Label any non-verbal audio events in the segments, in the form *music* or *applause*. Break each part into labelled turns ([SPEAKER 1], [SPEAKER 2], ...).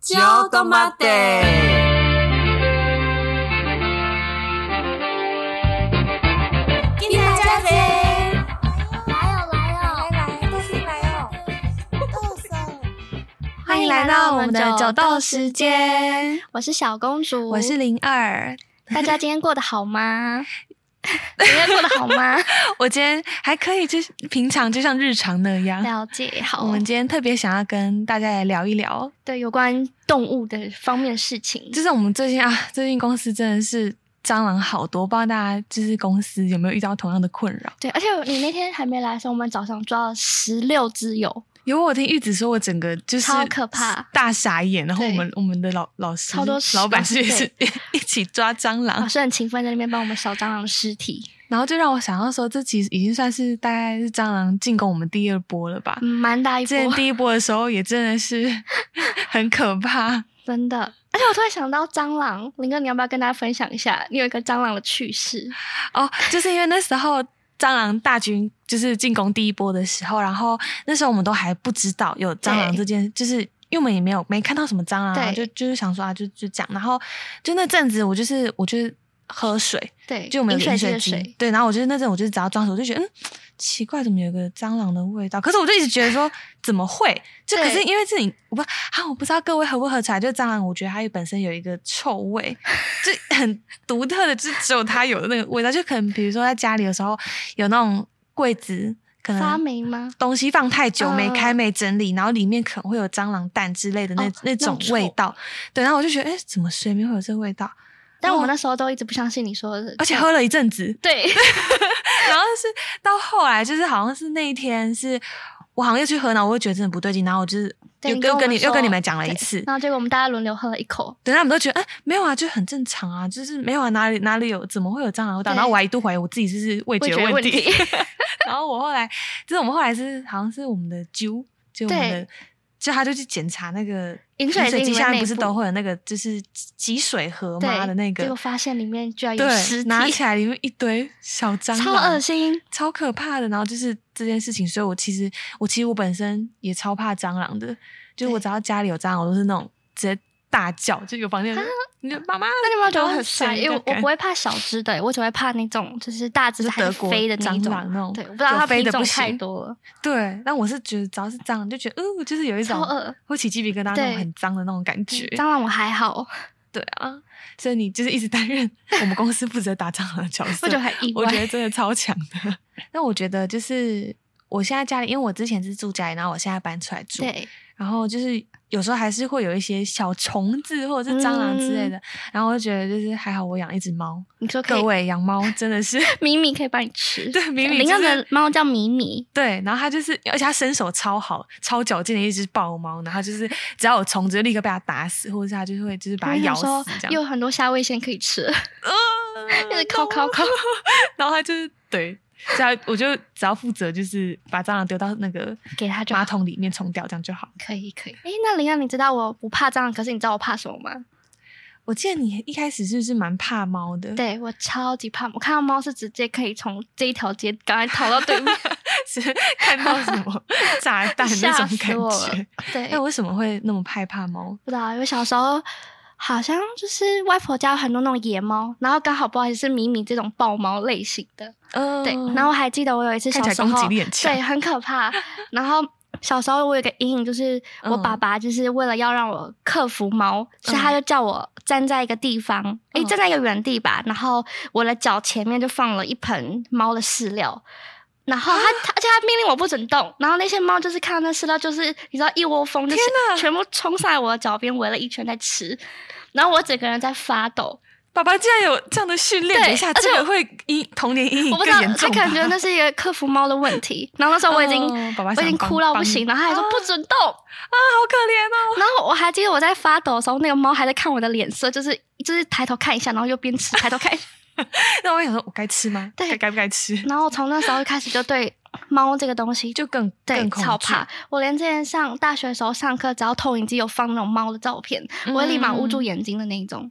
[SPEAKER 1] ちょっと待って。
[SPEAKER 2] 给你大家飞，
[SPEAKER 3] 来哦来
[SPEAKER 2] 来
[SPEAKER 3] 哦，
[SPEAKER 2] 来，都是来哦，都是哦。
[SPEAKER 1] 欢迎来到我们的角斗时间，
[SPEAKER 3] 我是小公主，
[SPEAKER 1] 我是零二。
[SPEAKER 3] 大家今天过得好吗？ *laughs* 今天过得好
[SPEAKER 1] *laughs*
[SPEAKER 3] 吗？
[SPEAKER 1] 我今天还可以，就是平常就像日常那样。
[SPEAKER 3] 了解，好，
[SPEAKER 1] 我们今天特别想要跟大家来聊一聊，
[SPEAKER 3] 对有关动物的方面事情，
[SPEAKER 1] 就是我们最近啊， *laughs* 最近公司真的是蟑螂好多，不知道大家就是公司有没有遇到同样的困扰？
[SPEAKER 3] 对，而且你那天还没来的时候，我们早上抓了十六只有，
[SPEAKER 1] 有我听玉子说，我整个就是
[SPEAKER 3] 超可怕
[SPEAKER 1] 大傻眼。然后我
[SPEAKER 3] 对
[SPEAKER 1] 们我们的老老师、
[SPEAKER 3] 超多
[SPEAKER 1] 老板
[SPEAKER 3] 老师
[SPEAKER 1] 是也是 *laughs* 一起抓蟑
[SPEAKER 3] 老
[SPEAKER 1] 螂，
[SPEAKER 3] 师很勤奋在那边帮我们扫蟑螂尸体，
[SPEAKER 1] 然后就让我想到说，这其实已经算是大概是蟑螂进攻我们第二波了吧？
[SPEAKER 3] 嗯蛮大一
[SPEAKER 1] 之前
[SPEAKER 3] 波，
[SPEAKER 1] 第一波的时候也真的是
[SPEAKER 3] *laughs*
[SPEAKER 1] 很可怕。
[SPEAKER 3] 真的。而且我突然想到蟑螂，林哥，你要不要跟大家分享一下你有一个蟑螂的趣事？
[SPEAKER 1] 哦，就是因为那时候蟑螂大军就是进攻第一波的时候，然后那时候我们都还不知道有蟑螂
[SPEAKER 3] 对
[SPEAKER 1] 这件，就是因为我们也没有没看到什么蟑螂啊，就
[SPEAKER 3] 对
[SPEAKER 1] 就是想说啊，就就这样。然后就那阵子，我就是我就是喝水，
[SPEAKER 3] 对，
[SPEAKER 1] 就我们有
[SPEAKER 3] 饮
[SPEAKER 1] 个
[SPEAKER 3] 水
[SPEAKER 1] 饮
[SPEAKER 3] 机
[SPEAKER 1] 水
[SPEAKER 3] 的
[SPEAKER 1] 机，
[SPEAKER 3] 水，
[SPEAKER 1] 对。然后我就是那阵我就是只要装水，我就觉得嗯。奇怪，怎么有个蟑螂的味道？可是我就一直觉得说，怎么会？就可是
[SPEAKER 3] 对
[SPEAKER 1] 因为这里，我不啊，我不知道各位合不合出来。就是蟑螂，我觉得它本身有一个臭味，就很独特的，就是只有它有的那个味道。就可能比如说在家里的时候，有那种柜子可
[SPEAKER 3] 发
[SPEAKER 1] 能
[SPEAKER 3] 霉吗？
[SPEAKER 1] 东西放太久没
[SPEAKER 3] 嗯
[SPEAKER 1] 开没整理，然后里面可能会有蟑螂蛋之类的那、
[SPEAKER 3] 哦
[SPEAKER 1] 那种
[SPEAKER 3] 那种
[SPEAKER 1] 味
[SPEAKER 3] 臭
[SPEAKER 1] 道。对，然后我就觉得，哎，怎么水里面会有这个味道？
[SPEAKER 3] 但我们那时候都一直不相信你说的，
[SPEAKER 1] 哦而且喝了一阵子，
[SPEAKER 3] 对
[SPEAKER 1] 然后是到后来，就是好像是那一天是。我好像又去喝，然后我又觉得真的不对劲，然后我就是
[SPEAKER 3] 对
[SPEAKER 1] 又
[SPEAKER 3] 你
[SPEAKER 1] 又
[SPEAKER 3] 跟我
[SPEAKER 1] 跟你
[SPEAKER 3] 们
[SPEAKER 1] 又跟你
[SPEAKER 3] 说
[SPEAKER 1] 们讲了一
[SPEAKER 3] 对
[SPEAKER 1] 次，
[SPEAKER 3] 然后结果我们大家轮流喝了一口，
[SPEAKER 1] 等他们都觉得哎没有啊，就很正常啊，就是没有啊哪里哪里有怎么会有蟑螂味道？
[SPEAKER 3] 对
[SPEAKER 1] 然后我还一度怀疑我自己是不是味
[SPEAKER 3] 味
[SPEAKER 1] 觉
[SPEAKER 3] 觉
[SPEAKER 1] 问
[SPEAKER 3] 问
[SPEAKER 1] 题。
[SPEAKER 3] 题
[SPEAKER 1] *laughs* 然后我后来就是我们后来是好像是我们的揪，就我们
[SPEAKER 3] 对
[SPEAKER 1] 的就他就去检查那个
[SPEAKER 3] 饮水机里面
[SPEAKER 1] 下面
[SPEAKER 3] 内
[SPEAKER 1] 不是
[SPEAKER 3] 部
[SPEAKER 1] 都会有那个就是挤水盒
[SPEAKER 3] 对
[SPEAKER 1] 嘛的那
[SPEAKER 3] 结
[SPEAKER 1] 个
[SPEAKER 3] 果，发现里面居然有尸
[SPEAKER 1] 对，
[SPEAKER 3] 体，
[SPEAKER 1] 拿起来里面一堆小蟑螂，
[SPEAKER 3] 超恶心。
[SPEAKER 1] 超可怕的。然后就是这件事情，所以我其实我其实我本身也超怕蟑螂的，就是我
[SPEAKER 3] 对
[SPEAKER 1] 只要家里有蟑螂，我都是那种直接大叫，就有房间人你就妈妈，
[SPEAKER 3] 啊那你有没有觉得我
[SPEAKER 1] 很
[SPEAKER 3] 很帅？因为我我不会怕小只的，我只会怕那种就是大只
[SPEAKER 1] 就
[SPEAKER 3] 的
[SPEAKER 1] 是
[SPEAKER 3] 还
[SPEAKER 1] 德
[SPEAKER 3] 是
[SPEAKER 1] 国
[SPEAKER 3] 飞的那一
[SPEAKER 1] 蟑
[SPEAKER 3] 种。
[SPEAKER 1] 螂那种，
[SPEAKER 3] 对，我不知道
[SPEAKER 1] 就
[SPEAKER 3] 它
[SPEAKER 1] 飞
[SPEAKER 3] 品
[SPEAKER 1] 的
[SPEAKER 3] 种
[SPEAKER 1] 不
[SPEAKER 3] 太
[SPEAKER 1] 行。
[SPEAKER 3] 多了，
[SPEAKER 1] 对，但我是觉得只要是蟑螂，就觉得呃，就是有一
[SPEAKER 3] 超
[SPEAKER 1] 种
[SPEAKER 3] 恶。
[SPEAKER 1] 会起鸡皮疙瘩那种
[SPEAKER 3] 对
[SPEAKER 1] 很脏的那种感觉。
[SPEAKER 3] 蟑螂我还好，
[SPEAKER 1] 对啊，所以你就是一直担任 *laughs* 我们公司负责打蟑螂的角色
[SPEAKER 3] 我觉，得很意
[SPEAKER 1] 我觉得
[SPEAKER 3] 外。
[SPEAKER 1] 真的超强的。 *laughs* 那我觉得就是我现在家里，因为我之前是住家里，然后我现在搬出来住，
[SPEAKER 3] 对，
[SPEAKER 1] 然后就是有时候还是会有一些小虫子或者是蟑螂之类
[SPEAKER 3] 嗯
[SPEAKER 1] 的，然后我就觉得就是还好我养一只猫，
[SPEAKER 3] 你说可
[SPEAKER 1] 各
[SPEAKER 3] 以，
[SPEAKER 1] 位养猫真
[SPEAKER 3] *laughs*
[SPEAKER 1] 的是
[SPEAKER 3] 米米可以帮你吃。
[SPEAKER 1] 对米米
[SPEAKER 3] 林
[SPEAKER 1] 就
[SPEAKER 3] 刚
[SPEAKER 1] 是
[SPEAKER 3] 的猫叫米米，
[SPEAKER 1] 对，然后它就是而且它身手超好、超矫健的一只豹猫，然后它就是只要有虫子就立刻被它打死，或者是它就会就是把它
[SPEAKER 3] 我就
[SPEAKER 1] 咬
[SPEAKER 3] 想
[SPEAKER 1] 死
[SPEAKER 3] 说
[SPEAKER 1] 这
[SPEAKER 3] 又
[SPEAKER 1] 样，啊
[SPEAKER 3] 有很多虾味鲜可以
[SPEAKER 1] *laughs*
[SPEAKER 3] 吃，一直
[SPEAKER 1] 靠
[SPEAKER 3] 抠抠 *laughs* 抠。
[SPEAKER 1] 然后它就是对。只要我就只要负责就是把蟑螂丢到那个
[SPEAKER 3] 给它就好
[SPEAKER 1] 马桶里面冲掉，这样就好。
[SPEAKER 3] 可以可以。哎，那林刚，你知道我不怕蟑螂，可是你知道我怕什么吗？
[SPEAKER 1] 我记得你一开始是不是蛮怕猫的？
[SPEAKER 3] 对我超级怕，我看到猫是直接可以从这一条街赶快逃到对
[SPEAKER 1] *laughs*
[SPEAKER 3] 面，
[SPEAKER 1] *laughs* 是看到什
[SPEAKER 3] *laughs*
[SPEAKER 1] 么炸弹那
[SPEAKER 3] 吓
[SPEAKER 1] 种
[SPEAKER 3] 死我了
[SPEAKER 1] 感觉。。
[SPEAKER 3] 对，
[SPEAKER 1] *laughs* 那为什么会那么害怕猫？
[SPEAKER 3] 不知道，欸我小时候好像就是外婆家有很多那种野猫，然后刚好不好意思是米米这种豹猫类型的。
[SPEAKER 1] 嗯
[SPEAKER 3] 对，然后我还记得我有一次小
[SPEAKER 1] 看起来
[SPEAKER 3] 时候
[SPEAKER 1] 攻，击力很
[SPEAKER 3] *laughs*
[SPEAKER 1] 强
[SPEAKER 3] 对，很可怕。然后小时候我有一个阴影，就是我
[SPEAKER 1] 嗯
[SPEAKER 3] 爸爸就是为了要让我克服猫，所以他就叫我站在一个地方，诶、
[SPEAKER 1] 嗯
[SPEAKER 3] 站在一个原地吧，然后我的脚前面就放了一盆猫的饲料。然后他，
[SPEAKER 1] 啊
[SPEAKER 3] 他而且他命令我不准动，然后那些猫就是看到那饲料，就是你知道一窝蜂，就是
[SPEAKER 1] 天哪
[SPEAKER 3] 全部冲上来我的脚边围了一圈在吃，然后我整个人在发抖，
[SPEAKER 1] 爸爸竟然有这样的训练，
[SPEAKER 3] 对
[SPEAKER 1] 等一下
[SPEAKER 3] 而且
[SPEAKER 1] 这个
[SPEAKER 3] 我
[SPEAKER 1] 会阴童年阴影
[SPEAKER 3] 我不知
[SPEAKER 1] 更
[SPEAKER 3] 道
[SPEAKER 1] 严
[SPEAKER 3] 他
[SPEAKER 1] 重吧。啊
[SPEAKER 3] 可能觉得那是一个克服猫的问题，然后那时候我已经、
[SPEAKER 1] 哦爸爸
[SPEAKER 3] 我已
[SPEAKER 1] 想
[SPEAKER 3] 经
[SPEAKER 1] 帮
[SPEAKER 3] 哭到不
[SPEAKER 1] 帮
[SPEAKER 3] 行，
[SPEAKER 1] 你
[SPEAKER 3] 然后他还说
[SPEAKER 1] 啊
[SPEAKER 3] 不准动，
[SPEAKER 1] 啊，好可怜
[SPEAKER 3] *laughs*
[SPEAKER 1] 哦。
[SPEAKER 3] 然后我还记得我在发抖的时候，那个猫还在看我的脸色，就是就是抬头看一下，然后又边吃，抬头看一下。
[SPEAKER 1] 那我想说，我该吃吗？
[SPEAKER 3] 对
[SPEAKER 1] 该该不该吃？
[SPEAKER 3] 然后从那时候开始就对猫这个东西就
[SPEAKER 1] 就更
[SPEAKER 3] 对
[SPEAKER 1] 更恐
[SPEAKER 3] 超
[SPEAKER 1] 惧
[SPEAKER 3] 怕。。我连之前上大学的时候上课，只要投影机有放那种猫的照片，我会立马捂住
[SPEAKER 1] 嗯。
[SPEAKER 3] 眼睛的那一种，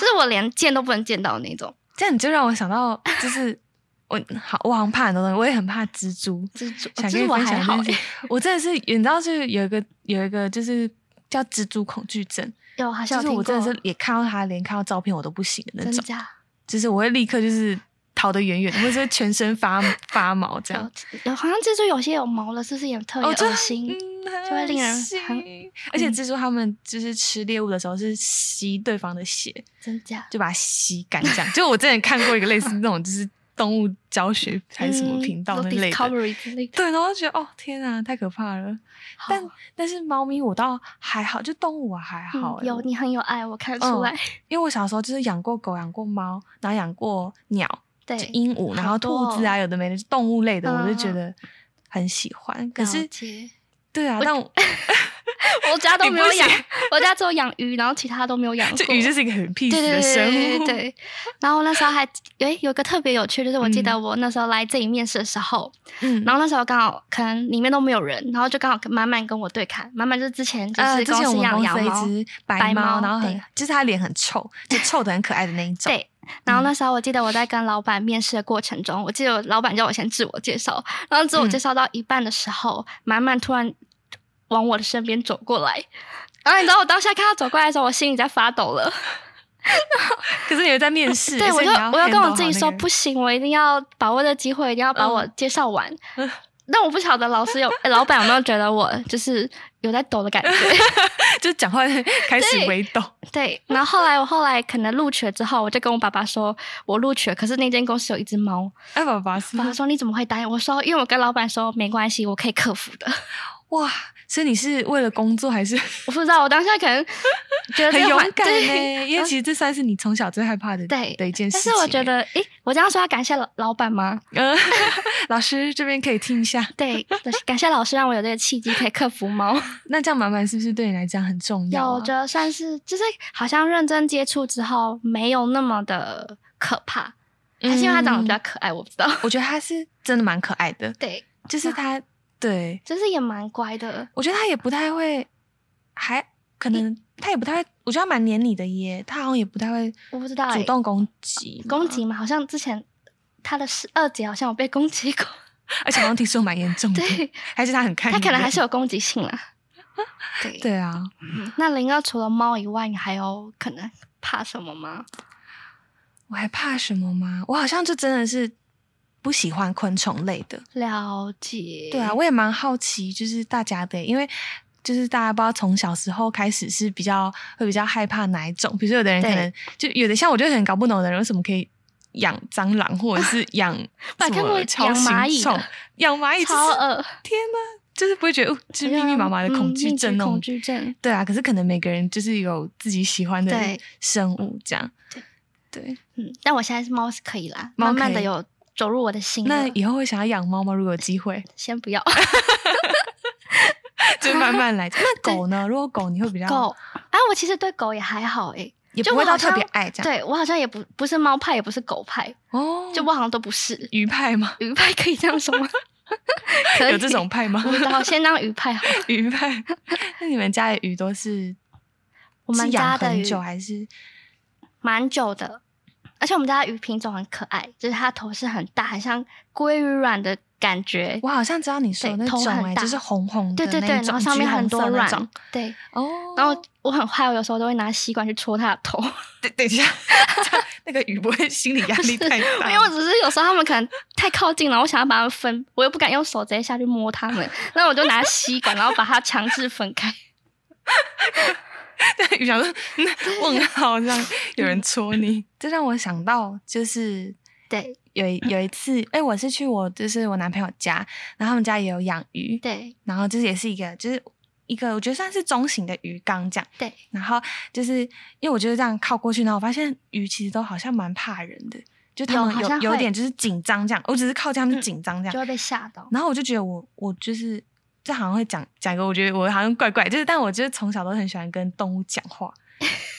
[SPEAKER 3] 就是我连见都不能见到的那种
[SPEAKER 1] 这样你就让我想到，就是 *laughs* 我好，我好像怕很多东西，我也很怕蜘
[SPEAKER 3] *laughs*
[SPEAKER 1] 蛛。
[SPEAKER 3] 蜘蛛。
[SPEAKER 1] 想
[SPEAKER 3] 蜘
[SPEAKER 1] 跟你
[SPEAKER 3] 哦蛛我
[SPEAKER 1] 分
[SPEAKER 3] 还
[SPEAKER 1] 享
[SPEAKER 3] 好欸
[SPEAKER 1] 一件事，我真的是，你知道，是有一个有一个就是叫蜘蛛恐惧症，
[SPEAKER 3] 有好像有
[SPEAKER 1] 就是
[SPEAKER 3] 听
[SPEAKER 1] 我
[SPEAKER 3] 过，
[SPEAKER 1] 真的是也看到他，连看到照片我都不行的那
[SPEAKER 3] 真
[SPEAKER 1] 种，
[SPEAKER 3] 假？
[SPEAKER 1] 就是我会立刻就是逃得远远的，或者是全身发 *laughs* 发毛这样。
[SPEAKER 3] 有好像蜘蛛有些有毛了，是不是也特别
[SPEAKER 1] 哦，这
[SPEAKER 3] 恶心？
[SPEAKER 1] 嗯、
[SPEAKER 3] 就会令人很
[SPEAKER 1] 很恶心。而且
[SPEAKER 3] 嗯
[SPEAKER 1] 蜘蛛他们就是吃猎物的时候是吸对方的血，
[SPEAKER 3] 真假？
[SPEAKER 1] 就把它吸干这样。就 *laughs* 我之前看过一个类似那种，就是动物教学还是什么
[SPEAKER 3] 嗯
[SPEAKER 1] 频道
[SPEAKER 3] 有
[SPEAKER 1] 那类的。
[SPEAKER 3] Discovery 之类的。
[SPEAKER 1] 对，然后就觉得哦天啊，太可怕了！但
[SPEAKER 3] 好
[SPEAKER 1] 但是猫咪我倒还好，就动物我还好、
[SPEAKER 3] 嗯有
[SPEAKER 1] 欸
[SPEAKER 3] 你很有爱，我看得
[SPEAKER 1] 嗯
[SPEAKER 3] 出来。
[SPEAKER 1] 因为我小时候就是养过狗、养过猫，然后养过鸟、
[SPEAKER 3] 对
[SPEAKER 1] 就，鹦鹉，然后
[SPEAKER 3] 好多
[SPEAKER 1] 兔
[SPEAKER 3] 哦
[SPEAKER 1] 子啊，有的没的，就动物类的，我就
[SPEAKER 3] 嗯
[SPEAKER 1] 觉
[SPEAKER 3] 嗯
[SPEAKER 1] 得很喜欢。可是
[SPEAKER 3] 了解
[SPEAKER 1] 对啊，但我
[SPEAKER 3] *laughs* 我家都
[SPEAKER 1] 你
[SPEAKER 3] 没
[SPEAKER 1] 不
[SPEAKER 3] 有养
[SPEAKER 1] 行，
[SPEAKER 3] 我家只有养鱼，然后其他都没有养
[SPEAKER 1] 这
[SPEAKER 3] 过。
[SPEAKER 1] 鱼就是一个很 peace
[SPEAKER 3] 对对
[SPEAKER 1] 的
[SPEAKER 3] 对
[SPEAKER 1] 生
[SPEAKER 3] 对
[SPEAKER 1] 物，
[SPEAKER 3] 对对。然后我那时候还诶有个特别有趣，就是我记得
[SPEAKER 1] 嗯
[SPEAKER 3] 我那时候来这里面试的时候，
[SPEAKER 1] 嗯，
[SPEAKER 3] 然后那时候刚好可能里面都没有人，然后就刚好跟满满跟我对看，满满就是之前就
[SPEAKER 1] 呃，
[SPEAKER 3] 是
[SPEAKER 1] 之
[SPEAKER 3] 公
[SPEAKER 1] 前
[SPEAKER 3] 司
[SPEAKER 1] 我们
[SPEAKER 3] 养
[SPEAKER 1] 公
[SPEAKER 3] 羊
[SPEAKER 1] 司
[SPEAKER 3] 毛，
[SPEAKER 1] 一只白
[SPEAKER 3] 白
[SPEAKER 1] 猫，
[SPEAKER 3] 猫
[SPEAKER 1] 然后很
[SPEAKER 3] 对
[SPEAKER 1] 就是它脸很臭，就臭的很可爱的那一种。
[SPEAKER 3] 对，然
[SPEAKER 1] 嗯
[SPEAKER 3] 后那时候我记得我在跟老板面试的过程中，我记得老板叫我先自我介绍，然后自
[SPEAKER 1] 嗯
[SPEAKER 3] 我介绍到一半的时候，满满突然往我的身边走过来，然后你知道我当下看他走过来的时候，我心里在发抖了。
[SPEAKER 1] 可是你又在面试，
[SPEAKER 3] 对，
[SPEAKER 1] 所
[SPEAKER 3] 我
[SPEAKER 1] 以
[SPEAKER 3] 就
[SPEAKER 1] 你要
[SPEAKER 3] 我要跟
[SPEAKER 1] handle
[SPEAKER 3] 我自己
[SPEAKER 1] 好那
[SPEAKER 3] 说，
[SPEAKER 1] 个嗯
[SPEAKER 3] 不行，我一定要把握这机会，一定要把我介绍完。
[SPEAKER 1] *laughs*
[SPEAKER 3] 但我不晓得老师有、哎老板有没有觉得我就是有在抖的
[SPEAKER 1] *laughs*
[SPEAKER 3] 感觉。
[SPEAKER 1] 就讲话 *laughs* 开始
[SPEAKER 3] 对
[SPEAKER 1] 微抖。
[SPEAKER 3] 对，然后后来我后来可能录取了之后，我就跟我爸爸说，我录取了，可是那间公司有一只猫。
[SPEAKER 1] 哎，爸爸是
[SPEAKER 3] 爸爸说你怎么会答应？我说因为我跟老板说没关系，我可以克服的。
[SPEAKER 1] 哇，所以你是为了工作还是
[SPEAKER 3] 我不知道，我当下可
[SPEAKER 1] *laughs*
[SPEAKER 3] 能觉得
[SPEAKER 1] 很
[SPEAKER 3] 这个
[SPEAKER 1] 勇
[SPEAKER 3] 环
[SPEAKER 1] 敢
[SPEAKER 3] 对 *laughs*
[SPEAKER 1] 呢？因为其实这算是你从小最害怕的
[SPEAKER 3] 嗯对
[SPEAKER 1] 的一件事
[SPEAKER 3] 但
[SPEAKER 1] 情
[SPEAKER 3] 是
[SPEAKER 1] 欸。
[SPEAKER 3] 我觉得，诶，我这样说要感谢老老板吗？
[SPEAKER 1] 嗯，老师这边可以听一下。 *laughs*
[SPEAKER 3] 对，感谢老师让我有这个契机可以克服猫。
[SPEAKER 1] 那这样满满是不是对你来讲很重要
[SPEAKER 3] 有
[SPEAKER 1] 啊？
[SPEAKER 3] 着算是就是好像认真接触之后没有那么的可怕，还是因为它长得比较
[SPEAKER 1] 嗯，
[SPEAKER 3] 可爱，我不知道。 *laughs*
[SPEAKER 1] 我觉得它是真的蛮可爱的，
[SPEAKER 3] 对，
[SPEAKER 1] 就是它对。
[SPEAKER 3] 就是也蛮乖的。
[SPEAKER 1] 我觉得他也不太会，还可能他也不太会，我觉得他蛮黏你的耶，他好像也不太会
[SPEAKER 3] 我不知道、
[SPEAKER 1] 主
[SPEAKER 3] 欸，
[SPEAKER 1] 动攻击嘛啊
[SPEAKER 3] 攻，击嘛，好像之前他的十二姐好像有被攻击过， *laughs*
[SPEAKER 1] 而且好像听说蛮严重的，
[SPEAKER 3] 对，
[SPEAKER 1] 还是他很看
[SPEAKER 3] 他
[SPEAKER 1] 你
[SPEAKER 3] 可能
[SPEAKER 1] 的
[SPEAKER 3] 还是有攻击性
[SPEAKER 1] *laughs*
[SPEAKER 3] 啦。对，
[SPEAKER 1] 对啊，
[SPEAKER 3] 那灵儿除了猫以外，你还有可能怕什么吗？
[SPEAKER 1] 我还怕什么吗？我好像就真的是不喜欢昆虫类的，
[SPEAKER 3] 了解，
[SPEAKER 1] 对啊，我也蛮好奇，就是大家的耶，因为。就是大家不知道从小时候开始是比较会比较害怕哪一种，比如说有的人可
[SPEAKER 3] 对
[SPEAKER 1] 能就有的像我就很搞不懂的人为什么可以养蟑螂或者是
[SPEAKER 3] *laughs*
[SPEAKER 1] 养
[SPEAKER 3] 我还
[SPEAKER 1] 什
[SPEAKER 3] 看过
[SPEAKER 1] 么超
[SPEAKER 3] 养蚂
[SPEAKER 1] 形
[SPEAKER 3] 蚁
[SPEAKER 1] 虫
[SPEAKER 3] 的，
[SPEAKER 1] 养蚂蚁
[SPEAKER 3] 超
[SPEAKER 1] 哎就是
[SPEAKER 3] 恶，哎
[SPEAKER 1] 天哪，就是不会觉得，哦就是密密麻麻的恐惧症
[SPEAKER 3] 嗯密集
[SPEAKER 1] 那种
[SPEAKER 3] 恐。惧症。
[SPEAKER 1] 对啊，可是可能每个人就是有自己喜欢的
[SPEAKER 3] 对
[SPEAKER 1] 生物这样。对，
[SPEAKER 3] 嗯，但我现在是猫是可以啦，
[SPEAKER 1] 猫
[SPEAKER 3] 慢慢
[SPEAKER 1] 可
[SPEAKER 3] 的
[SPEAKER 1] 以
[SPEAKER 3] 有走入我的心了。
[SPEAKER 1] 那以后会想要养猫吗？如果有机
[SPEAKER 3] *laughs*
[SPEAKER 1] 会，
[SPEAKER 3] 先不要
[SPEAKER 1] 就慢慢
[SPEAKER 3] *laughs*
[SPEAKER 1] 来。那狗呢？如果狗你会比较
[SPEAKER 3] 狗，哎、我其实对狗也还好诶、
[SPEAKER 1] 也
[SPEAKER 3] 就
[SPEAKER 1] 不会
[SPEAKER 3] 我
[SPEAKER 1] 到
[SPEAKER 3] 好
[SPEAKER 1] 特
[SPEAKER 3] 像
[SPEAKER 1] 别爱这样。
[SPEAKER 3] 对我好像也不不是猫派，也不是狗派，
[SPEAKER 1] 哦，
[SPEAKER 3] 就我好像都不是
[SPEAKER 1] 鱼派吗？
[SPEAKER 3] 鱼派，可以这样说吗？ *laughs* 可以
[SPEAKER 1] 有这种，派吗
[SPEAKER 3] 我？不知道，先当鱼派好了。
[SPEAKER 1] *laughs* 鱼派。 *laughs* 那你们家的鱼都是
[SPEAKER 3] 我们
[SPEAKER 1] 是
[SPEAKER 3] 家
[SPEAKER 1] 养
[SPEAKER 3] 的
[SPEAKER 1] 很
[SPEAKER 3] 鱼
[SPEAKER 1] 久还是？
[SPEAKER 3] 蛮久的，而且我们家的鱼品种很可爱，就是它头是很大，很像鲑鱼卵的感觉。
[SPEAKER 1] 我好像知道你说的
[SPEAKER 3] 对
[SPEAKER 1] 那
[SPEAKER 3] 头
[SPEAKER 1] 种
[SPEAKER 3] 很
[SPEAKER 1] 哎，就
[SPEAKER 3] 大
[SPEAKER 1] 是红红的
[SPEAKER 3] 对对对，
[SPEAKER 1] 那一
[SPEAKER 3] 然
[SPEAKER 1] 种，
[SPEAKER 3] 后上面
[SPEAKER 1] 橘红
[SPEAKER 3] 很多
[SPEAKER 1] 色那
[SPEAKER 3] 卵
[SPEAKER 1] 种。
[SPEAKER 3] 对，
[SPEAKER 1] 哦。
[SPEAKER 3] 然后我很坏，我有时候都会拿吸管去戳它的头，
[SPEAKER 1] 等等一下， *laughs* 这样那个雨不会心理压力太大吗？ *laughs*
[SPEAKER 3] 因为我只是有时候它们可能太靠近了，我想要把它们分，我又不敢用手直接下去摸它们，那我就拿吸管，然后把它强制分开。
[SPEAKER 1] 对雨想说嗯问号这样，有人戳你， *laughs* 这让我想到就是
[SPEAKER 3] 对
[SPEAKER 1] 有一有一次，哎、我是去我就是我男朋友家，然后他们家也有养鱼，
[SPEAKER 3] 对
[SPEAKER 1] 然后就是也是一个就是一个我觉得算是中型的鱼缸这样，
[SPEAKER 3] 对，
[SPEAKER 1] 然后就是因为我就是这样靠过去，然后我发现鱼其实都好像蛮怕人的，就他
[SPEAKER 3] 有
[SPEAKER 1] 们
[SPEAKER 3] 好
[SPEAKER 1] 有
[SPEAKER 3] 像
[SPEAKER 1] 有
[SPEAKER 3] 会
[SPEAKER 1] 点就是紧张这样，我只是靠近他们就
[SPEAKER 3] 嗯
[SPEAKER 1] 紧张这样
[SPEAKER 3] 就，会被吓到。
[SPEAKER 1] 然后我就觉得我我就是这好像会讲讲一个，我觉得我好像怪怪，就是但我就是从小都很喜欢跟动物讲
[SPEAKER 3] *laughs*
[SPEAKER 1] 话，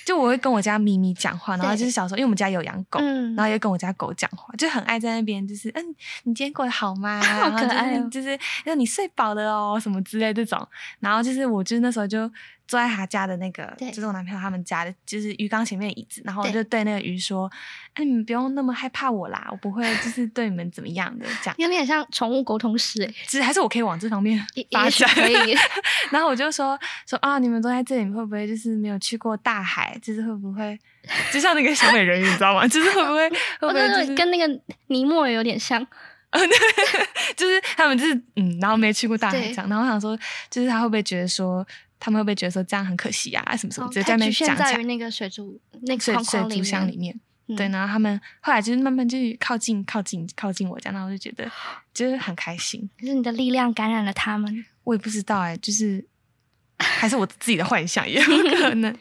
[SPEAKER 1] 就我会跟我家咪咪讲话，然后就是小时候因为我们家有养狗。
[SPEAKER 3] 嗯，
[SPEAKER 1] 然后也跟我家狗讲话，就很爱在那边，就是嗯，你今天过得好
[SPEAKER 3] *laughs*
[SPEAKER 1] 吗？然后
[SPEAKER 3] 可爱哦
[SPEAKER 1] 就是就是让你睡饱了哦，什么之类这种。然后就是我就是那时候就坐在他家的那个，
[SPEAKER 3] 对
[SPEAKER 1] 就是我男朋友他们家的，就是鱼缸前面的椅子，然后我
[SPEAKER 3] 对
[SPEAKER 1] 就对那个鱼说：“哎、你们不用那么害怕我啦，我不会就是对你们怎么样的。”这样，
[SPEAKER 3] 有点像宠物沟通师、欸，
[SPEAKER 1] 其实还是我可以往这方面
[SPEAKER 3] 也
[SPEAKER 1] 发
[SPEAKER 3] 也许
[SPEAKER 1] 展。
[SPEAKER 3] 可以
[SPEAKER 1] *laughs* 然后我就说说啊，你们都在这里，会不会就是没有去过大海？就是会不会，就像那个小美人鱼，你知道吗？就是会不会会不
[SPEAKER 3] 我
[SPEAKER 1] 会
[SPEAKER 3] 真
[SPEAKER 1] 就
[SPEAKER 3] 的
[SPEAKER 1] 是
[SPEAKER 3] 哦跟那个尼莫也有点像，
[SPEAKER 1] 就是他们就是嗯，然后没去过大海
[SPEAKER 3] 对
[SPEAKER 1] 这样，然后我想说，就是他会不会觉得说，他们会不会觉得说这样很可惜啊，什么什么
[SPEAKER 3] 哦
[SPEAKER 1] 之类，在
[SPEAKER 3] 它
[SPEAKER 1] 那
[SPEAKER 3] 局
[SPEAKER 1] 边
[SPEAKER 3] 限
[SPEAKER 1] 讲
[SPEAKER 3] 在
[SPEAKER 1] 讲
[SPEAKER 3] 于那个水族那个
[SPEAKER 1] 水
[SPEAKER 3] 框
[SPEAKER 1] 水
[SPEAKER 3] 框里
[SPEAKER 1] 族箱里
[SPEAKER 3] 面。
[SPEAKER 1] 面。
[SPEAKER 3] 嗯
[SPEAKER 1] 对，然后他们后来就是慢慢就是靠近、靠近、靠近我这样，然后我就觉
[SPEAKER 3] *laughs*
[SPEAKER 1] 得就是很开心。
[SPEAKER 3] 可是你的力量感染了他们。
[SPEAKER 1] 我也不知道哎、就是还是我自己的幻想也有可
[SPEAKER 3] *laughs*
[SPEAKER 1] 能。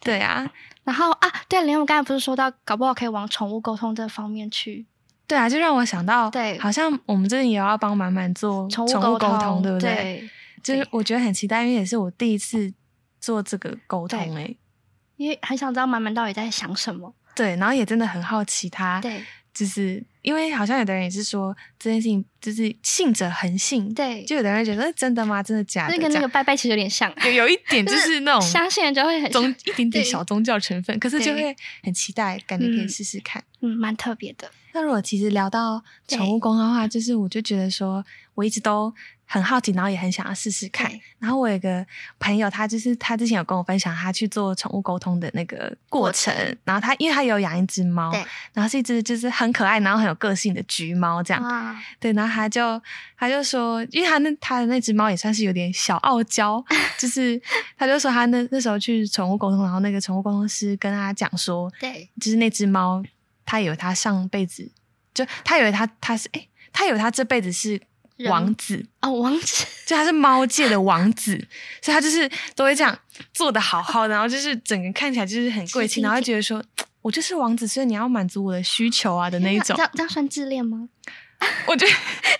[SPEAKER 1] 对啊，
[SPEAKER 3] 然后啊，对，连我刚才不是说到，搞不好可以往宠物沟通这方面去，
[SPEAKER 1] 对啊，就让我想到，
[SPEAKER 3] 对
[SPEAKER 1] 好像我们最近也要帮满满做
[SPEAKER 3] 宠
[SPEAKER 1] 宠
[SPEAKER 3] 物
[SPEAKER 1] 物沟
[SPEAKER 3] 通，
[SPEAKER 1] 对不
[SPEAKER 3] 对？
[SPEAKER 1] 就是我觉得很期待，因为也是我第一次做这个沟通哎、
[SPEAKER 3] 因为很想知道满满到底在想什么。
[SPEAKER 1] 对，然后也真的很好奇他，
[SPEAKER 3] 对
[SPEAKER 1] 就是因为好像有的人也是说这件事情就是信者恒信，
[SPEAKER 3] 对，
[SPEAKER 1] 就有的人会觉得呃真的吗？真的假的？
[SPEAKER 3] 那跟
[SPEAKER 1] 这
[SPEAKER 3] 那
[SPEAKER 1] 样
[SPEAKER 3] 个拜拜其实有点像，
[SPEAKER 1] 有有一点就是那种
[SPEAKER 3] 相信了就会很
[SPEAKER 1] 宗
[SPEAKER 3] 像
[SPEAKER 1] 一点点
[SPEAKER 3] 对
[SPEAKER 1] 小宗教成分，可是就
[SPEAKER 3] 对
[SPEAKER 1] 会很期待，感觉可以
[SPEAKER 3] 嗯
[SPEAKER 1] 试试看。
[SPEAKER 3] 嗯，蛮特别的。
[SPEAKER 1] 那如果其实聊到
[SPEAKER 3] 对
[SPEAKER 1] 宠物沟通的话，就是我就觉得说，我一直都很好奇，然后也很想要试试看
[SPEAKER 3] 对。
[SPEAKER 1] 然后我有一个朋友，他就是他之前有跟我分享他去做宠物沟通的那个过程。然后他因为他有养一只猫
[SPEAKER 3] 对，
[SPEAKER 1] 然后是一只就是很可爱，然后很有个性的橘猫这样。
[SPEAKER 3] 啊，
[SPEAKER 1] 对，然后他就他就说，因为他那他的那只猫也算是有点小
[SPEAKER 3] *laughs*
[SPEAKER 1] 傲娇，就是他就说他那那时候去宠物沟通，然后那个宠物沟通师跟他讲说，
[SPEAKER 3] 对，
[SPEAKER 1] 就是那只猫，他以为他上辈子就他以为他他是诶、他以为他这辈子是
[SPEAKER 3] 人
[SPEAKER 1] 王子，
[SPEAKER 3] 哦，王子，
[SPEAKER 1] 就他是猫界的王子，所以他就是都会这样做的好好的，然后就是整个看起来就是很贵
[SPEAKER 3] 是是
[SPEAKER 1] 气，然后就觉得说。我就是王子，所以你要满足我的需求啊的那一种
[SPEAKER 3] 这。样这样算自恋吗？
[SPEAKER 1] 我觉得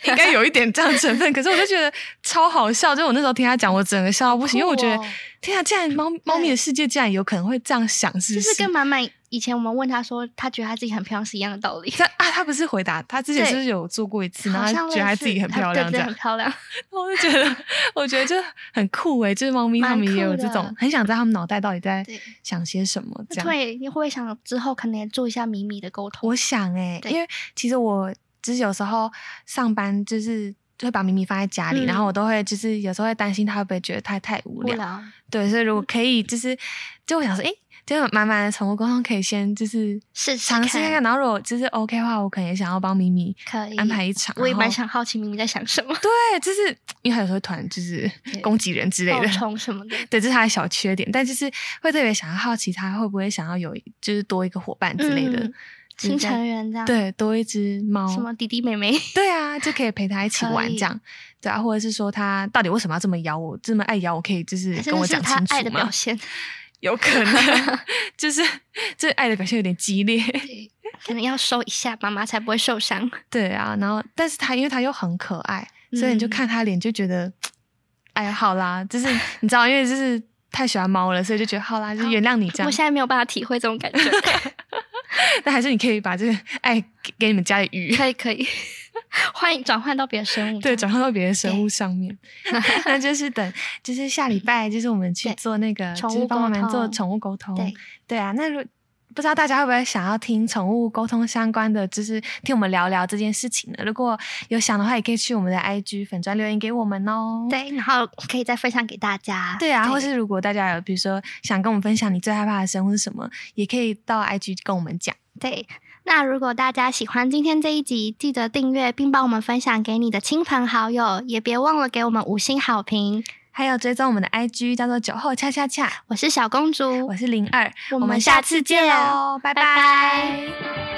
[SPEAKER 1] 应该有一点这样的成分，可是我就觉得超好笑。就我那时候听他讲，我整个笑到不行，因为我觉
[SPEAKER 3] 酷
[SPEAKER 1] 得
[SPEAKER 3] 哦
[SPEAKER 1] 天啊，竟然猫猫咪的世界竟然有可能会这样想，是
[SPEAKER 3] 就
[SPEAKER 1] 不
[SPEAKER 3] 是
[SPEAKER 1] 是？
[SPEAKER 3] 跟满满以前我们问他说，他觉得他自己很漂亮是一样的道理。
[SPEAKER 1] 但啊，他不是回答，他之前
[SPEAKER 3] 对
[SPEAKER 1] 是不是有做过一次，
[SPEAKER 3] *laughs*
[SPEAKER 1] 然
[SPEAKER 3] 好
[SPEAKER 1] 后他
[SPEAKER 3] 像
[SPEAKER 1] 觉得他
[SPEAKER 3] 类
[SPEAKER 1] 自己
[SPEAKER 3] 似
[SPEAKER 1] 很
[SPEAKER 3] 他
[SPEAKER 1] 漂亮，这
[SPEAKER 3] 对对，
[SPEAKER 1] 样
[SPEAKER 3] 很，漂亮。
[SPEAKER 1] 我就觉得， *laughs* 我觉得就很酷诶、就是猫咪它
[SPEAKER 3] 蛮
[SPEAKER 1] 们也有
[SPEAKER 3] 酷
[SPEAKER 1] 这
[SPEAKER 3] 的
[SPEAKER 1] 种，很想知道它们脑袋到底在
[SPEAKER 3] 对
[SPEAKER 1] 想些什么，
[SPEAKER 3] 那
[SPEAKER 1] 这样
[SPEAKER 3] 突。然也，你会不会想之后可能也做一下米米的沟通？
[SPEAKER 1] 我想哎、
[SPEAKER 3] 对
[SPEAKER 1] 因为其实我就是有时候上班就是。就会把咪咪放在家里，
[SPEAKER 3] 嗯
[SPEAKER 1] 然后我都会就是有时候会担心它会不会觉得太太无
[SPEAKER 3] 无
[SPEAKER 1] 聊，
[SPEAKER 3] 聊，嗯
[SPEAKER 1] 对，所以如果可以，就是就我想说，诶，就是满满的宠物沟通可以先就是
[SPEAKER 3] 试试
[SPEAKER 1] 尝试看
[SPEAKER 3] 看
[SPEAKER 1] 看，然后如果就是 OK 的话，我可能也想要帮咪咪
[SPEAKER 3] 可以
[SPEAKER 1] 安排一场，
[SPEAKER 3] 我也
[SPEAKER 1] 然
[SPEAKER 3] 蛮
[SPEAKER 1] 后
[SPEAKER 3] 想好奇明明在想什么，
[SPEAKER 1] 对，就是因为他有时候会突然就是
[SPEAKER 3] 对
[SPEAKER 1] 攻击人之类
[SPEAKER 3] 爆
[SPEAKER 1] 的，
[SPEAKER 3] 冲什么的。
[SPEAKER 1] *laughs* 对，这是他的小缺点。但就是会特别想要好奇他会不会想要有就是多一个伙伴之类的，
[SPEAKER 3] 嗯
[SPEAKER 1] 就是
[SPEAKER 3] 新
[SPEAKER 1] 这样
[SPEAKER 3] 成员这样，，
[SPEAKER 1] 对，哦多一只猫，
[SPEAKER 3] 什么弟弟妹妹，
[SPEAKER 1] 对啊，就可以陪他一起
[SPEAKER 3] 可
[SPEAKER 1] 玩
[SPEAKER 3] 以
[SPEAKER 1] 这样，对啊，或者是说他到底为什么要这么咬我，这么爱咬我，可以就是
[SPEAKER 3] 还是
[SPEAKER 1] *laughs* 跟
[SPEAKER 3] 那
[SPEAKER 1] 我
[SPEAKER 3] 是
[SPEAKER 1] 讲
[SPEAKER 3] 他
[SPEAKER 1] 清
[SPEAKER 3] 爱的
[SPEAKER 1] 楚
[SPEAKER 3] 表
[SPEAKER 1] 吗？
[SPEAKER 3] 现， *laughs*
[SPEAKER 1] 有可能，就是这爱的表现有点激烈，
[SPEAKER 3] 对，可能要收一下，妈妈才不会受伤。
[SPEAKER 1] 对啊，然后但是他因为他又很可爱，所以你就
[SPEAKER 3] 嗯
[SPEAKER 1] 看他脸就觉得，哎呀，好啦，就是 *laughs* 你知道，因为就是太喜欢猫了，所以就觉得好啦，就
[SPEAKER 3] 好
[SPEAKER 1] 原
[SPEAKER 3] *laughs*
[SPEAKER 1] 谅你这
[SPEAKER 3] 我
[SPEAKER 1] 样。
[SPEAKER 3] 现在没有办法体会这种感
[SPEAKER 1] *laughs*
[SPEAKER 3] 觉，
[SPEAKER 1] 但还是你可以把这个爱给给你们家的
[SPEAKER 3] *laughs*
[SPEAKER 1] 鱼，
[SPEAKER 3] 可以可以，换转换到别的生物，
[SPEAKER 1] 对，转换到别的生物
[SPEAKER 3] *laughs*
[SPEAKER 1] 上面。那就是等，就是下礼拜，就是我们去
[SPEAKER 3] 对
[SPEAKER 1] 做那个，
[SPEAKER 3] 宠
[SPEAKER 1] 就是
[SPEAKER 3] 物
[SPEAKER 1] 帮
[SPEAKER 3] 沟
[SPEAKER 1] 我们做
[SPEAKER 3] 通
[SPEAKER 1] 宠物沟通。
[SPEAKER 3] 对
[SPEAKER 1] 对啊，那如不知道大家会不会想要听宠物沟通相关的，就是听我们聊聊这件事情呢？如果有想的话，也可以去我们的 IG 粉专留言给我们哦。。
[SPEAKER 3] 对，然后可以再分享给大家，
[SPEAKER 1] 对啊，或是如果大家有比如说想跟我们分享你最害怕的生物是什么，也可以到 IG 跟我们讲。
[SPEAKER 3] 对，那如果大家喜欢今天这一集，记得订阅并帮我们分享给你的亲朋好友，也别忘了给我们五星好评。
[SPEAKER 1] 还有追踪我们的 IG 叫做酒后恰恰恰，
[SPEAKER 3] 我是小公主，
[SPEAKER 1] 我是灵儿，
[SPEAKER 3] 我
[SPEAKER 1] 我们
[SPEAKER 3] 们
[SPEAKER 1] 下
[SPEAKER 3] 下
[SPEAKER 1] 次
[SPEAKER 3] 次
[SPEAKER 1] 见
[SPEAKER 3] 见
[SPEAKER 1] 喽，拜拜
[SPEAKER 3] 拜拜